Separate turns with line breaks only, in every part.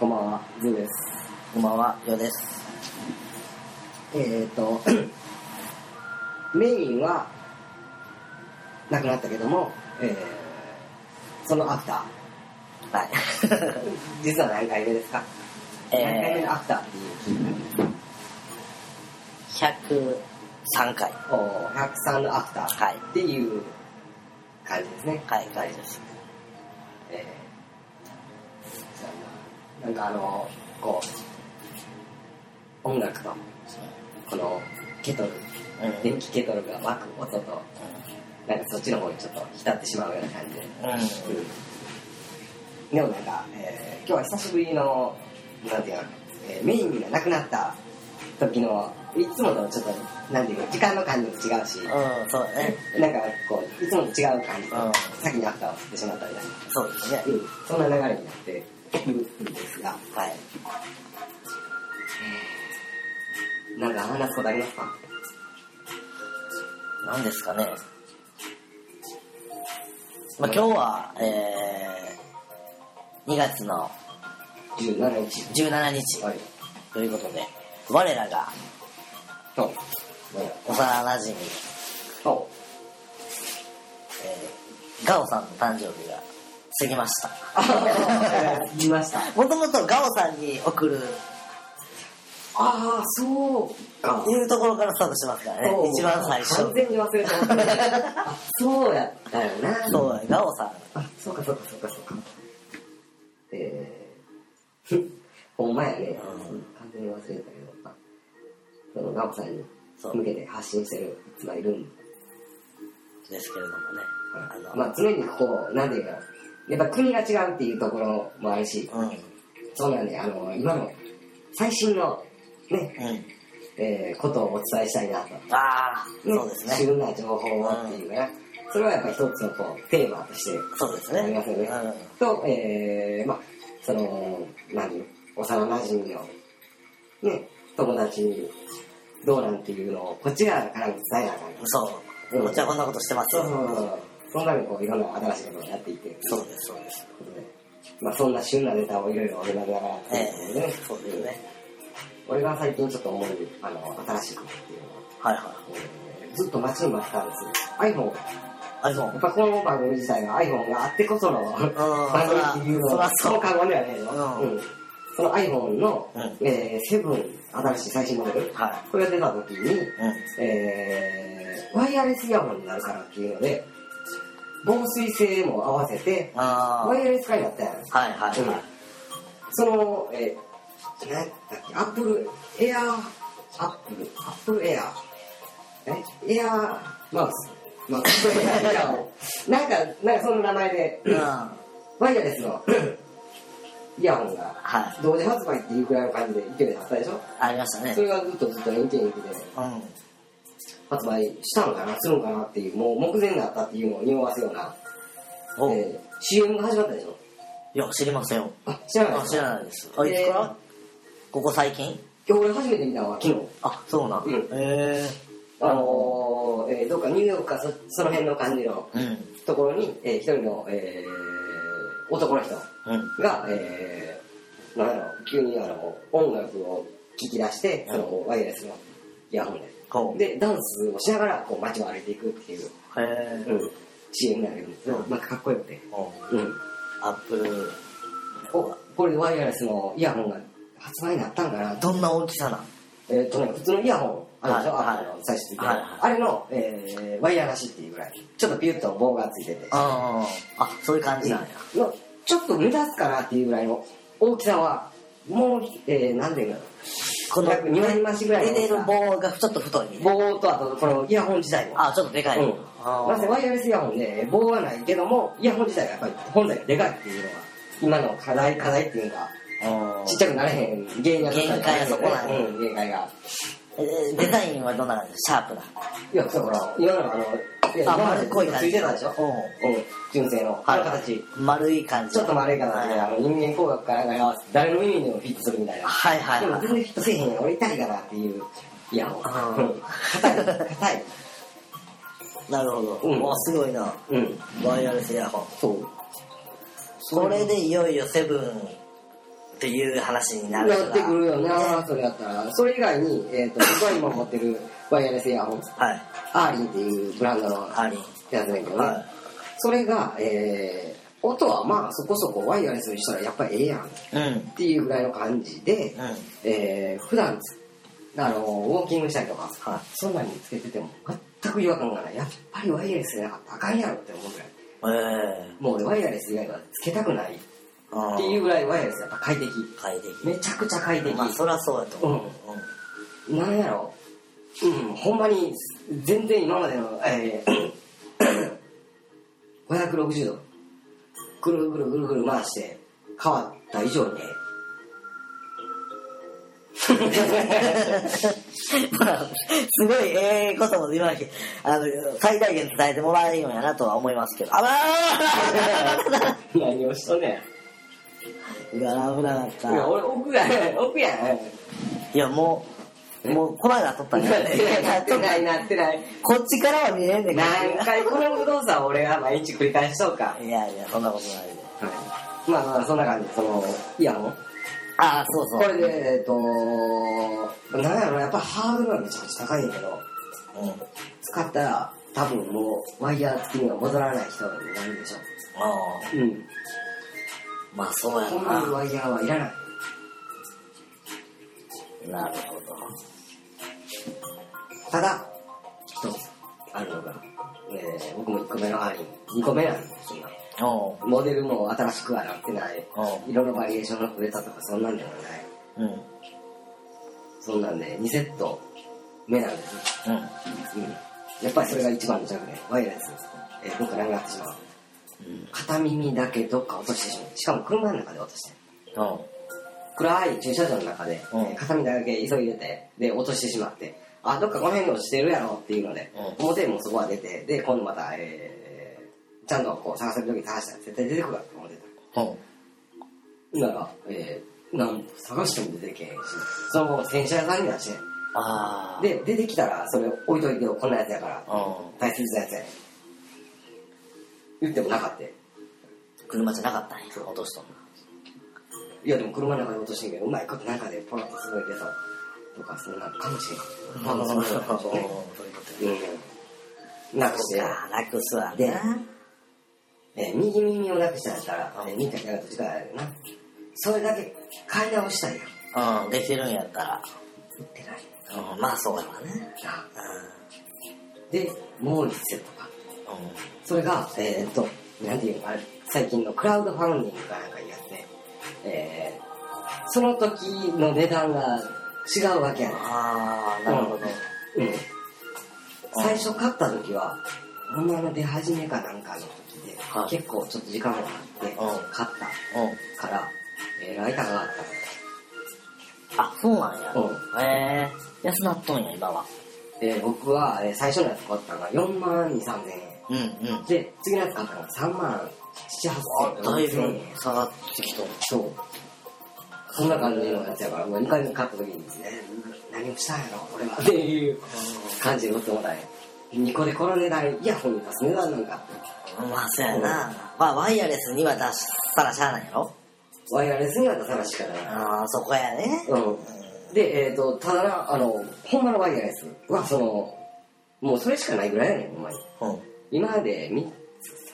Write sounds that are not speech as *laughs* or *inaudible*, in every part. こんばんは、ズーです。
こんばんは、よです。
えっ、ー、と、 *coughs* メインは、なくなったけども、えー、そのアフタ
はい。
ー。 *laughs* 実は何回目ですか、
えー
何回目のアフターっていう日
103回。
おー103のアフター
はい。
っていう感じですね。
はい、大丈夫です。
えー、なんかあの、こう、音楽と、このケトル、
うん。うん。
電気ケトルが湧く音と、なんかそっちの方にちょっと浸ってしまうような感じで。うんでもなんか、えー今日は久しぶりの、なんていうか、えーメインがなくなった時の、いつもとちょっと、なんていうか、時間の感じも違うし、
うん、そうだね。
なんかこう、いつもと違う感じで
うん、
先にあったを振ってしまったみたいな、
そうですね。
うんそんな流れになっているんですが、
はい。
なんか話すことありますか
何ですかね。まあ、今日は、えー、2月の
?17 日。
17日
はい。
ということで、我らが
と、
幼馴染み、
と、
えー、ガオさんの誕生日が過ぎました。
見ました。
もともとガオさんに送る
ああ、そうか。
いうところからスタートしますからね。一番最初
完。全に忘れてました。あそうやったよな。
そうだね、ガオさん。
あ、そうかそうかそうかそうか。えー、ほんまやね。
うん
完全に忘れてたけど、あその、ナオさんに
そう
向けて発信してる人がいるん
ですけれどもね。あの、
まあ常にこう、なんていうか、やっぱ国が違うっていうところもあるし、
うん。うん。
そうなんで、あの、今の最新のね、えー、ことをお伝えしたいなと。
ああ、
ね
そうです
自
ね。
分な情報をっていうかな、それはやっぱ一つのこうテーマとして
そうです
あり
ね。
ますよね。と、えー、まあ、その、何、幼馴染の、ね、友達に、どうなんていうのを、こっち側からも伝えなあかん
う
と
ん。そう。こっちはこんなことしてます
そう
よ。
そうそう。そのためにこう、いろんな新しいことをやっていって、。
そううです、そうです。
ことで、まあ、そんな旬なネタをいろいろ俺がながら、
ええ
ね、
そうですね。
俺が最近ちょっと思う、あの、新しいことっていうのは、
はいは
えーずっと待ちに待ってたんですよ。iPhone が。
い。
や
iPhone。
っぱこの番組自体が iPhone があってこその番組っていうの
そら
は、
そらそう
の感覚ではないの。
うん
うんその iPhone の
うん、
えー、7、新しい最新モデル、
は
これが出た時に、
い。うん。
えー、ワイヤレスイヤホンになるからっていうので、防水性も合わせて、
あ
ワ
あ。はい
イヤレス化になったやん。
はいは
その、えー、何だっけ、Apple Air、Apple、Apple Air、え Air マウス。まあ、Apple Air をなんか、なんかその名前で、
い。うん。は
ワイヤレスの *laughs* イヤホンが、
い。
同時発売っていうくらいの感じで、勢いで買ったでしょ
ありましたね
そ。れがずっとずっと延期延期で
うん。
発売したのかな、するのかなっていう、もう目前だったっていうのを匂わすような、え
おい
ー、CM が始まったでしょ
や、知りませんよ。
あ、知らない
あ
で
知
すから
ないです。あ、いつからここ最近
今日俺初めて見たのは昨日。
あ、そうな
うん
んだ。へえ。
あのーえーどっかニューヨークかそその辺の感じの
うん。
ところに、えー一人の、えー男の人
うん。
が、えーなんやろ急にあの音楽を聴き出してそのワイヤレスのイヤホンで
こ
でダンスをしながらこう街を歩いていくっていう、
う。へえ。
うん、CM になるんですよ、
うん
なんかかっこよくて、
お
うん、
アップル、
おこれでワイヤレスのイヤホンが発売になったんかなと、
どんな大きさなん
えー、とね普通のイヤホンあるでしょ、
はいはい
あの最初ついてる、
はいはい
あれの、えーワイヤーなしっていうぐらいちょっとピュッと棒がついてて
ああ、そういう感じなんや。
のちょっと目立つかなっていうぐらいの大きさはもう、えー、何ていうか
この、
約2割増しぐらいの
出てる棒がちょっと太いね。
棒とあとこのイヤホン自体も
あ、ちょっとでかい。
うん
あ
なぜワイヤレスイヤホンで棒はないけどもイヤホン自体がやっぱり本体がでかいっていうのが今の課題課題っていうのが
あ
ちっちゃくなれへん原因が
限界がそこなんや
うん限界が
えデザインはどんな感じシャープな。
いやだから今のあのいや
あ、
今ま
丸
で
っこい感
つ
じ。
いてたでしょ
う
うん純正の
ん。
あの形
丸い感じ。
ちょっと丸いかなって、あ
は
の人間工学からが誰の耳にもフィットするみたいな
はいはい
でも
はい。
全然フィットせえへんやん俺痛いかなっていういやもう
あ
うん硬い硬い
なるほど。
うん
わ、すごいな。
うん
ワイヤレスイヤホン。
そう
これでいよいよセブンという話になる
な
か
って
ら
くるよな、それやったら。それ以外に、えっ、
*coughs*
と、僕は今持ってるワイヤレスイヤホン、
はい
アーリンっていうブランドの
ハリ
やつだけどね、
ンは
それが、えー、音はまあそこそこワイヤレスにしたらやっぱりええやんっ
いうん
ていうぐらいの感じで、
うん
えー、普段つあのウォーキングしたりとか、
は
そんなにつけてても全く違和感がない。やっぱりワイヤレスじゃなかったらあかんやろって思うぐらい。
ええ
もう俺ワイヤレス以外はつけたくないっ
あ
て
ー
いうぐらいワイヤレスやっぱ快適。
快適
めちゃくちゃ快適。
まあそりゃそうやと思う、うん
なんやろうん、ほんまに全然今までの、えー、560度ぐるぐるぐるぐる回して変わった以 *laughs* 上にね
*laughs* まあ、すごいええことも言わなきゃ、あの、最大限伝えてもらえるようやなとは思いますけど。あばー
何をしとんね
うわ、危なかっ
んいや
た。
俺奥や奥やん
いや、もう、もう、こないだ撮ったん
なってないな
や
ってないなってない
こっちからは見えんねんけ
*laughs*
ど
何回この不動産俺が毎日繰り返しとうか、
いやいや、そんなことないで。
はい、まあまあそんな感じそのイヤホン
ああ、そうそう。
これでえっとなんやろやっぱハードルはめちゃくちゃ高いんやけど
うん。あ
使ったら多分もうワイヤー付きには戻らない人になるでしょ
あ、
う、うん、
まあそうや
ほんまに
な。
ワイヤーはいらない
なるほど。
ただ一つあるのが、えー、僕も1個目のアーリン2個目なんです今
お
モデルも新しくはなってない
お
色のバリエーションが増えたとかそんなんではない
うん。うん。
そんなんで2セット目なんです、うん、やっぱりそれが一番の弱点ワイヤーです、えー、僕はなくなってしまう
うん。
片耳だけどっか落としてしまうしかも車の中で落として
うん。
暗い駐車場の中で、
うん
片身だけ急いでてで落としてしまってあどっかこの辺に落ちてるやろっていうので、
うん
表にもそこは出てで今度また、えー、ちゃんとこう探せる時に探したら絶対出てくるわと思って
うん。
たなら、えー、なん探しても出てけへんしその後洗車屋さんに出して
ああ。、
で出てきたらそれ置いといてよこんなやつやから
うん。
大切なやつやねん言ってもなかった
車じゃなかったんや、落としたの。
いやでも車の中に落としてんけどうまいこと中でポロッとすごい出たとかそんなんかもしれん。
そういう
なんか
こと *laughs*
そういううん。なくして、
か、楽っすわ
で
ね。
えー右耳をなくしたんやったら、えー、見たからと違うやな。それだけ買い直したんや。
うん、できるんやったら。
売ってない。
うん、まあそうやわね。
なで、もう一セットか。
うん。
それが、えーっと、なんていうのあれ、最近のクラウドファンディングかなんかにやって、えー、その時の値段が違うわけやねん
ああ、なるほど。
うん最初買った時はほんまの出始めかなんかの時で、
はい
結構ちょっと時間があって
うん
買っ
うん。
たからえらい高かっ
あ、そうなんや。
うん
へえ。安なっとんや、今は。
たで僕はえー最初のやつ買ったのが4万2 3千円
うんうん。
で次のやつ買ったのが3万7 8
だい
千円
ぶ下がってきとん。
そうそんな感じのやつやから2回目買った時にですね何をしたんやろ俺はっていう感じで思ってもらえ2個でこの値段イヤホンに出す値段なんかって
まあそうやな。まあワイヤレスには出したらしゃあないやろ。
ワイヤレスには出さないしかない。
ああ、そこやね。
うん。で、えっ、と、ただ、あの、ほんまのワイヤレスは、その、もうそれしかないぐらいやねん、ほんまに。
うん。
今まで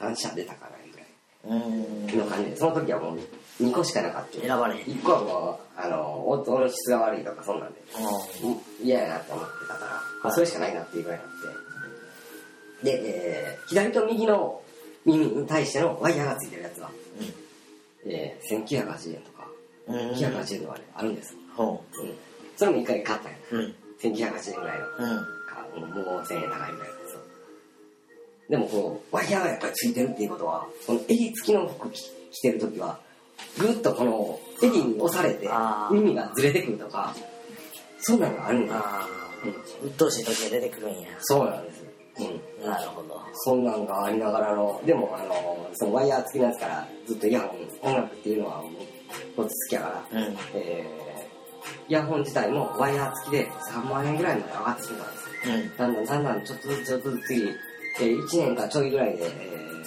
3社出たかないぐら
うん。
いの感じで、その時はもう2個しかなかった。
選ばれへん。うん。
1個はもう、あの、音の質が悪いとかそんなんで、嫌やなって思ってたから、まあそれしかないなっていうぐらいになって。で、えー左と右の耳に対してのワイヤーがついてるやつは、えー、1980円とか、
うん。うん。
980円とかね、あるんですよ
ほ
うんそれも一回買ったんや
う。うん。
1980円ぐらいの
うん。
かもうもう1000円高いぐらいですよでもこうワイヤーがやっぱりついてるっていうことはこの襟付きの服着着てる時はぐっとこの襟に押されて
あー
耳がずれてくるとかそんなのがあるんだ、
ああ。
うん、
鬱陶しい時が出てくるんや。
そうなんですよ、うん、
なるほど。
そんなんがありながらのでもあのそのワイヤー付きのやつからずっとイヤホン音楽っていうのはもうこっち付きやから
うん。
えーイヤホン自体もワイヤー付きで3万円ぐらいまで上がってきてたんですよ
うん。
だんだんだんだんちょっとずつちょっとずつ次、えー1年かちょいぐらいで、えー、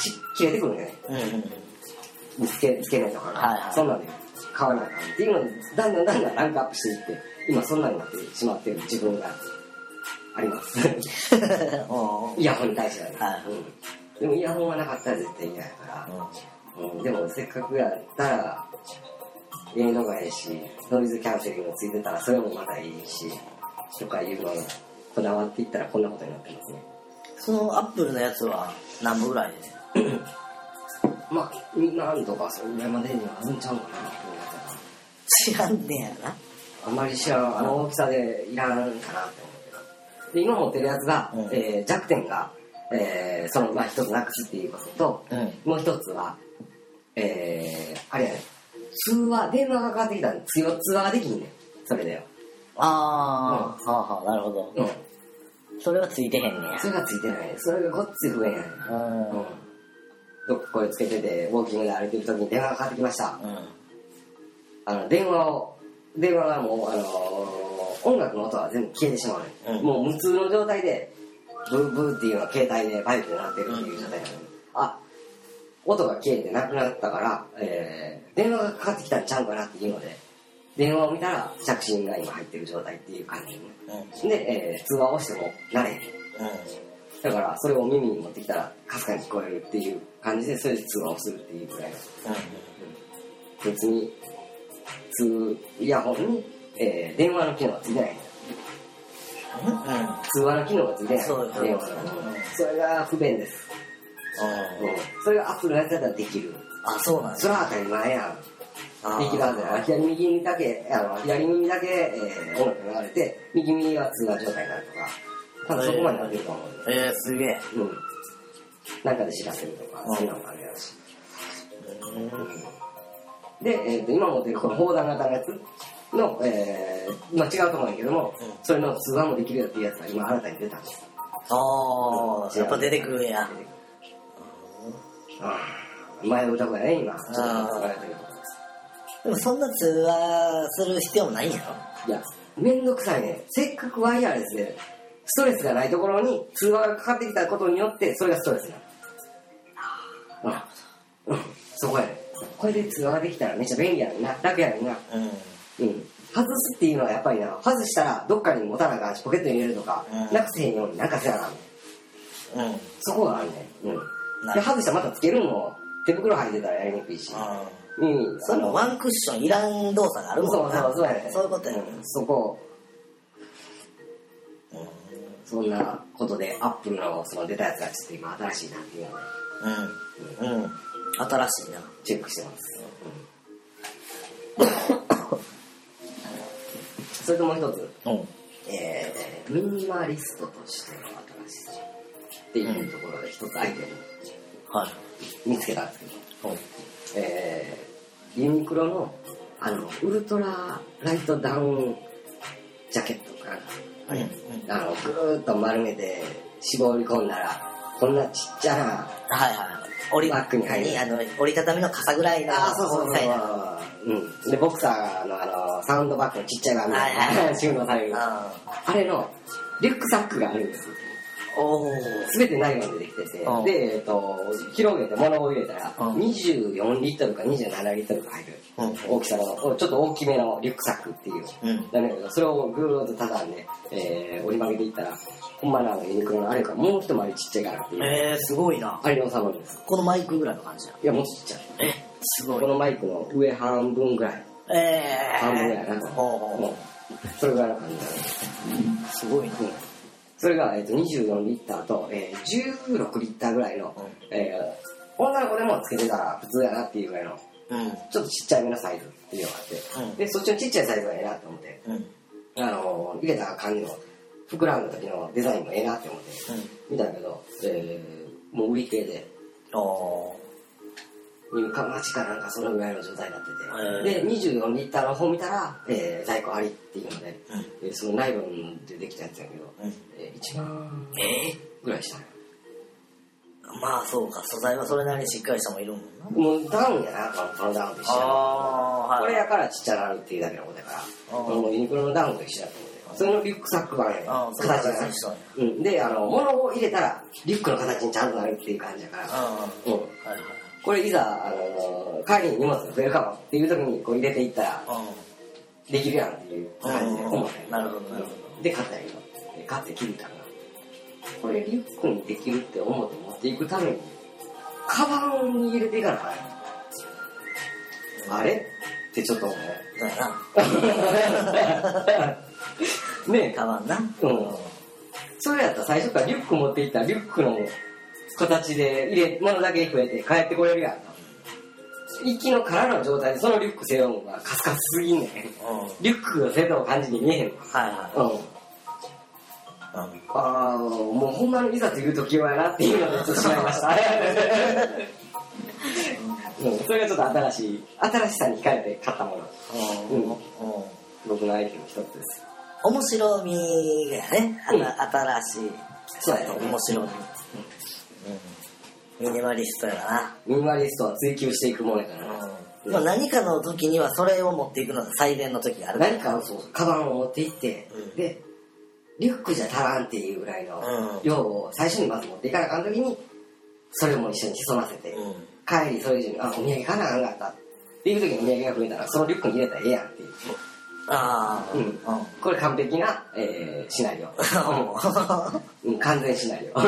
ち切れてくるんだよね
うん。うん。
つけつけねとかが、
はいはい
そんなんで買わなあかんっていうのに、だんだんだんだんランクアップしていって、今そんなになってしまってる自分があります。 *laughs*
うんうん
イヤホンに対してはね。
はい
うん、でもイヤホンはなかったら絶対嫌やから、うん、でもせっかくやったら、ええのがええし、ノイズキャンセリングがついてたらそれもまたいいし、とかいうのにこだわっていったらこんなことになってますね。
そのアップルのやつは何部ぐらいですか
まあ、みんなとかそれぐらいまでにはあるんちゃうかなって思ったら、
知らんねんやろな。
あんまり知らん、あの大きさでいらんかなって思ってで、今持ってるやつが、
うん
えー弱点が、えーその、まあ一つなくすっていうことと、
うん。
もう一つは、えー、あれやね。通話、電話がかかってきたんで、通話通話ができんねん。それだよ。
あー、はあはあ、なるほど。
うん。
それはついてへんねや
そ。れがついてない。それがごっつい不便やねん。う
う
ん
ん。。
どっかこれつけてて、ウォーキングで歩いてる時に電話がかかってきました。
うん。
あの、電話を、電話がもう、あのー音楽の音は全部消えてしまうね、
うん
ん。もう無痛の状態で、ブーブーっていうのは携帯でバイクで鳴ってるっていう状態なのに、あ、音が消えてなくなったから、えー、電話がかかってきたんちゃうかなっていうので、電話を見たら着信が今入ってる状態っていう感じ
うん。う
で、
ん。
で、えー、通話をしても慣れへん。だから、それを耳に持ってきたら、かすかに聞こえるっていう感じで、それで通話をするっていうぐらいの。別に通イヤホンに、えー電話の機能がついてない
うん。うん。
通話の機能がついてない
そうです
電話のそれが不便です、
うん
うん、それがアップルのやつだったらできる
あ、そうなん
それは当たり前や
あ
ん
ー
できるはずや左右にだけあの左耳だけ、えー音楽が流れて右耳は通話状態になるとか多分そこまでなってると思うね、
えー、すげえ。
うんなんかで知らせるとか
うん
そういうのもあるやろし
うん。
で、えーと今持ってるこの砲弾型のやつの、えーまあ、違うと思うんだけども、
うん
それの通話もできるよっていうやつが今新たに出たんです
あー、やっぱ出てくるんや。
ああ前歌がね今ちょっと使われてる
でもそんな通話する必要もないんやろ
いやめんどくさいねせっかくワイヤレスでストレスがないところに通話がかかってきたことによってそれがストレスになるあうんそこやねこれで通話ができたらめっちゃ便利やねんな楽やねんな
うん。
うん外すっていうのはやっぱりな外したらどっかに持たなあかんしポケットに入れるとか、
うん
なくせへんようになんかせなあかんねん
うん。
そこがあるねんうん
な
で
るほ
外したらまたつけるのも手袋履いてたらやりにくいし
ど。うん。
うん
そのワンクッションいらん動作があるもん
そう
な
そうそうやね
そういうことやね
んそこ
うん
そんなことでアップルのその出たやつがちょっと今新しいなっていうのを
うん、うん、新しいな
チェックしてます、
*laughs*
うんそれともう一つ
うん
えー、ミニマリストとしての新しさっていうところで一つアイテム
はい
見つけたんですけど、
うん
えー、ユニクロのあのウルトラライトダウンジャケットかな
うん
あの、ぐーっと丸めて絞り込んだら、こんなちっちゃな、
はいはい折り
バッグに入る
あの折りたたみの傘ぐらいの大きさやな
うん。で、ボクサーのあの、サウンドバッグのちっちゃい版みた
はいはい
い *laughs*
は
な収納される。あ
あ
れの、リュックサックがあるんですよ。
ーおー
すべてナイロンでできてて
うん、
で、えっと、広げて物を入れたら、
うん
24リットルか27リットルか入る
うん
大きさの、ちょっと大きめのリュックサックっていう。
うん
なんだけど、それをぐーっと畳んで、えー、折り曲げていったら、ほんまなのユニクロのあれよりからもう一回りちっちゃいからっていう。
えー、すごいな
あれに収まるんです。
このマイクぐらいの感じや
いや、もうちっちゃい。
えすご
こ
い
のマイクの上半分ぐらい。
えー、
半分ぐらいなんか。
ほうほう
もうそれぐらいの感じだね。
すごいな
うん。それが、えっと24リッターと、えー、16リッターぐらいの、えー、女の子でもつけてたら普通やなっていうぐらいの、
うん
ちょっとちっちゃいめのサイズっていうのがあ
う
っ
ん
て、で、そっちのちっちゃいサイズがええなと思って、
うん
あのー入れた感じの、膨らんだ時のデザインもええなって思って、
うん
見たけど、えー、もう売り切れで、
おー
入荷待ちかなんかそのぐらいの状態になってて、
え
で24リッターの方見たら、えー在庫ありっていうので、えーそのナイロンでできたやつやけど、
うん
えー1万
え
ぐらいしたのよ
ー、まあそうか素材はそれなりにしっかりしたもんいるもんな
もうダウンやなこのこのダウンと一緒や
あーはい
これやからちっちゃなるっていうだけのことやから
あー
もうユニクロのダウンと一緒やと思ってそれのリュックサック版やね
あーそう
形が
形
ね
にしたんや
うん、であの物を入れたらリュックの形にちゃんとなるっていう感じやから、
うん
うん
はいはい
これいざ、あの、会議に荷物が増えるかもっていう時にこう入れていったら、できるやんっていう感じで、
うん
困ったり
なるほどなるほ
で、買ったりと買って切るたら、これリュックにできるって思って持っていくために、カバンに入れていかなあかんやんあれってちょっと思うね。
そうやな。
*laughs* ね
かばんな。
え、うん。それやったら最初からリュック持っていったらリュックの形で入れ物だけ増えて帰ってこれるやん。息の空の状態でそのリュック背負うのがカスカスすぎんねん。
うん。
リュックが背負う感じに見えへんわ。
はい
う
は
ん。
いはい。
ああ、もうほんまにいざという時はやなっていうのがちょっとしまいました。 *laughs* うん、それがちょっと新しい、新しさに惹かれて買ったもの。
うん。
うん
うん。
僕のアイテムの一つです。
面白みがね、あ
うん
た新しい。そうやね、面白み。うん。ミニマリストやな。
ミニマリストは追求していくものやからな。
でも何かの時にはそれを持っていくのが最善の時があるから
何かをそう、カバンを持って行って、
うん
で、リュックじゃ足らんっていうぐらいの
うん
量を最初にまず持っていかなあかん時に、それも一緒に潜ませて、
うん。
帰りそれ以上に、あ、お土産行かなあかんかった。っていう時にお土産が増えたら、そのリュックに入れたらええやんっていう。
ああ。
うん
うん。
これ完璧な、えー、シナ
*laughs*
リオ。
う
うん、完全シナリオ。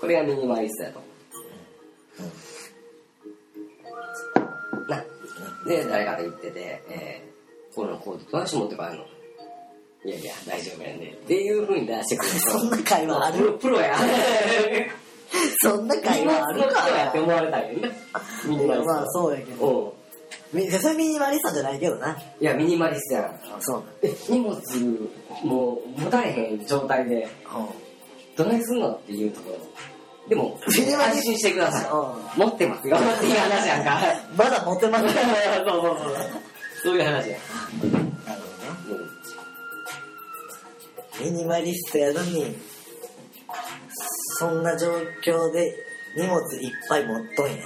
これがミニマリストやと思う。な。で、誰かと言ってて、えー、このコードどうして持って帰るのいやいや、大丈夫やね。っていう風に出してくると。
そんな会話ある
プロプロや。
そんな会話ある
プロやって
か
思われたんやね。ミニマリスト。
まあそうやけど。
うん
みそれミニマリストじゃないけどな。
いや、ミニマリストやん。
そう
え荷物もう持たれへん状態で
なの。
どないすんのっていうところでも
それはね
安心してください持ってますよっていう話やんか
まだモテません。
*laughs* そうそうそうそういう話や、
なるほどね。
うん、
ミニマリストやのに、そんな状況で荷物いっぱい持っとんや。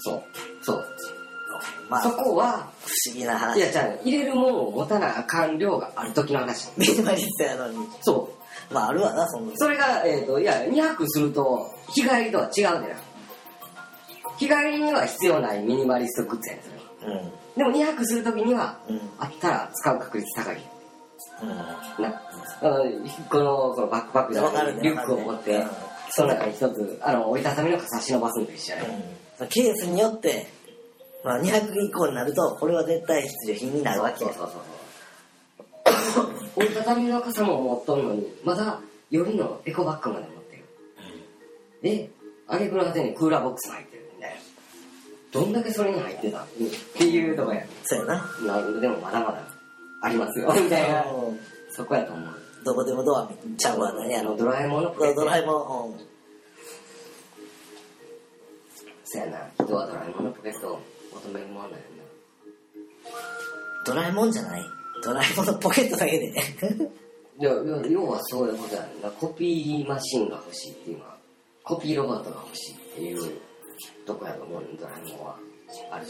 そうそう
まあ、
そ
不思
こは
議ない話。
やじゃあ入れるものを持たなあかん量がある時の話
ミニマリストやのに。
そ
まあ、あるわな、そんな
う。それがえっ、といや2泊すると日帰りとは違うんだよ日帰りには必要ないミニマリストグッズやねんそれは
うん。うん。
でも2泊するときには
うん。
あったら使う確率高いよ
う
な、うんこのこのバックパックじゃ
わか
な
る
い
ね
リュックを持って、
うん
その中に一つあの折りたたみの傘忍ばすのと一緒やね、
ん。ケースによって、まあ、200以降になると、これは絶対必需品になるわけ
そう
や。
そうそうそう折りたたみの傘も持っとるのにまだよりのエコバッグまで持ってるで挙句の果てにクーラーボックスも入ってるみたいなどんだけそれに入ってたうんっていうとこや
そうやな。
なんでもまだまだありますよみたいな
うん
そこやと思う
どこでもドアちゃうわ、何や
あの
ろ。
ドラえもんのプレゼン
ドラえもん、うん
そやな人はドラえもんのポケットを求めるもんだよな
ドラえもんじゃない。ドラえもんのポケットだけで *laughs* ね。
いや、要要はそういうことやねんな。コピーマシンが欲しいっていうのは、コピーロボットが欲しいっていうとこやと思うねんドラえもんは。ある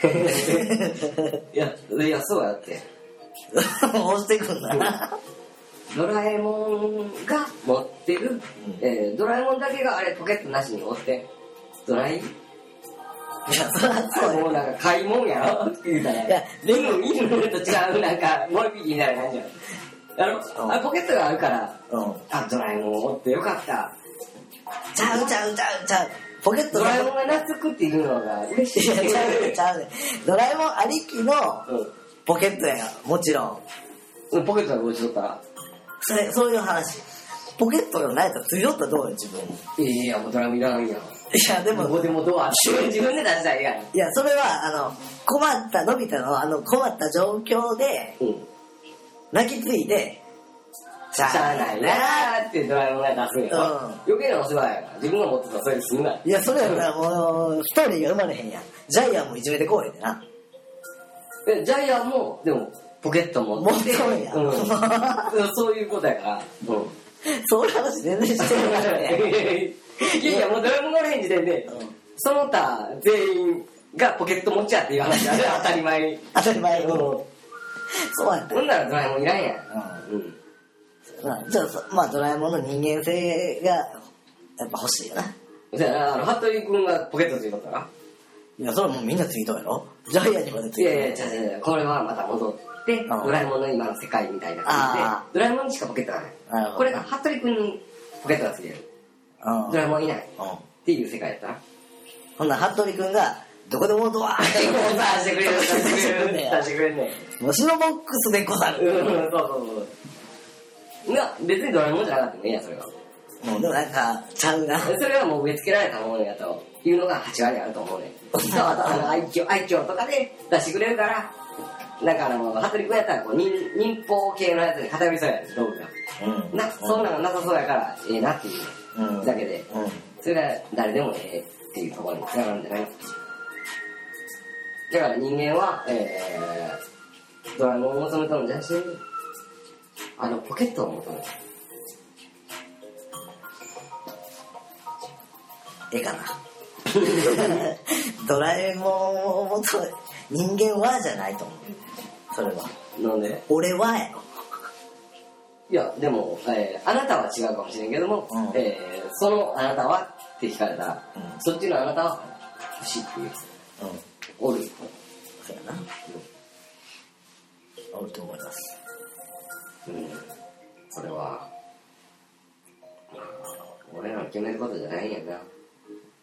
種の。いや、いや、そうやって。
押してくんだな。
ドラえもんが持ってる、えードラえもんだけがあれポケットなしに持って、ドライ
いや、そりゃ
あ
そう
れ
よ。
もうなんか買い物やろって言うたら、
いや
でも犬と違う、なんか、もう一匹みたいな感じやろ。やろあ、ポケットがあるから、
うん。
あ、ドラえもんおってよかった。
ちゃうちゃうちゃうちゃう。ポケット
ド
が
ラえもんが懐くっていうのが嬉
い
しい。
や、ちゃうね、ちゃうね。ドラえもんありきのポケットやもちろん。
うん、ポケットが落ちとったら、
それそういう話。ポケットがないと強いったらどうよ、自分。い
いやいや、もうドラえもんいらんやん。
や、で
ど
も、
こでもドアって *laughs* 自分で出したらええやん。
いや、それは、あの、困った、のび太の、あの、困った状況で、
うん。
泣きついて、
しゃあないなーってドラえもんが出すんやろ。
うん
余計なお世話やから、自分が持ってたらそれすんな。
いや、それやったらもう、ストーリーが生まれへんやん。ジャイアンもいじめてこうへんでな。
でジャイアンも、でも、ポケット持って
持っとんや
うんうんそういうことやから。うん。
*laughs* そういう話全然してるからね。
いやいや、もうドラえもんがおれへん時点で、
うん
その他全員がポケット持っちゃっていう話やで、当たり前に。
当たり前
うん
の。そうやった
ほんならドラえもんいらんやん。うん。
まあ、じゃあ、そまあ、ドラえもんの人間性がやっぱ欲しいよな。
じゃあな、あの、服部君がポケットついとったない
や、それはもうみんなついとんやろジャイアンにまでつ
い
いと
や
ん
いや、
や
違う違う違うこれはまた戻って、
うん
ドラえもんの今の世界みたいな感じで
あ、
ドラえもんにしかポケットがない。
なるほど
これが服部君にポケットがついてる。
ろ。うん。
ドラえもんいない。っ
うん。
ていう世界やったな。
ほんなら、服部くんが、どこでもドワー
出
ンって
してくれる、 *laughs* 出してくれる、出してくれるね。
虫のボックスでござ
うん、
る。
そうそうそう。が、別にドラえもんじゃなかったねや、それは。
もう、でもなんか、ちゃう
*laughs*
な。
それはもう植え付けられたものやというのが8割あると思うね。そう、あとあの愛嬌、愛嬌とかで出してくれるから、だからもう、服部君やったらこう民、民放系のやつに偏りそうやね道具が。
うん
な、そんなのなさそうやから、ええなっていう、
うん
だけで、
うん。
それが誰でもええっていうところにつながるんじゃないだから人間は、えー、ドラえもんを求めたのじゃなしに、あの、ポケットを求めた。
ええかな。 *laughs* ドラえもんを求め、人間はじゃないと思う。それは。
なんで
俺はやろ。
いや、でも、えーあなたは違うかもしれんけども、
うん
えーそのあなたはって聞かれたら、
うん
そっちのあなたは欲しいっていう。
うん。
おる。
そうやな。おると思います。
うん。それは、俺らの決めることじゃないんやな。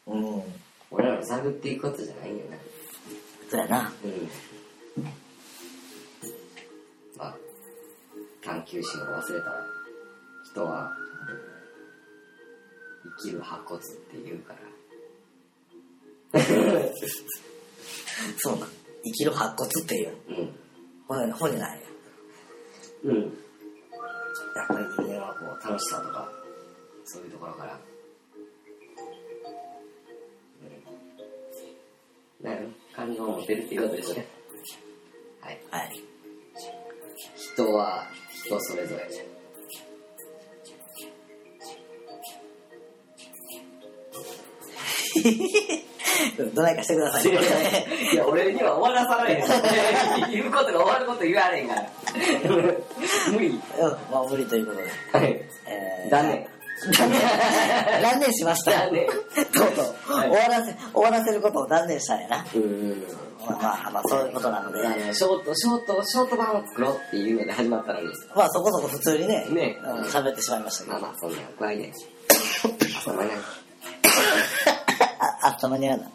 うん。
俺らの探っていくことじゃないんやな。
そうやな。
うん。まあ、探求心を忘れた人は、生きる破骨って言うから。
そうなん。生きる白骨っていう。
うん。
骨、骨なんや。
うん。やっぱり人間はこう楽しさとか、そういうところから。うん。なる感情を持てるっていうことですね。はい。
はい。
人は人それぞれ。
どないかしてくだ
*laughs*
さい。
*laughs* いや、俺には終わらさないです。言うことが終わること言われへんから。無理。
うん、まあ無理ということで。
はい。
えー
ダメ。
断念しました。
断念
とうとう、
はい
終わらせ、終わらせることを断念したんやな。
うん。
まあまあ、まあ、そういうことなので。
あのショート、ショート、ショート版を作ろうっていうので始まったのに、
まあそこそこ普通にね、
ね
うん喋ってしまいましたけ
まあ
ど。
まあ、そんな具合で。あ、そんなね。
あ、あったまにやな。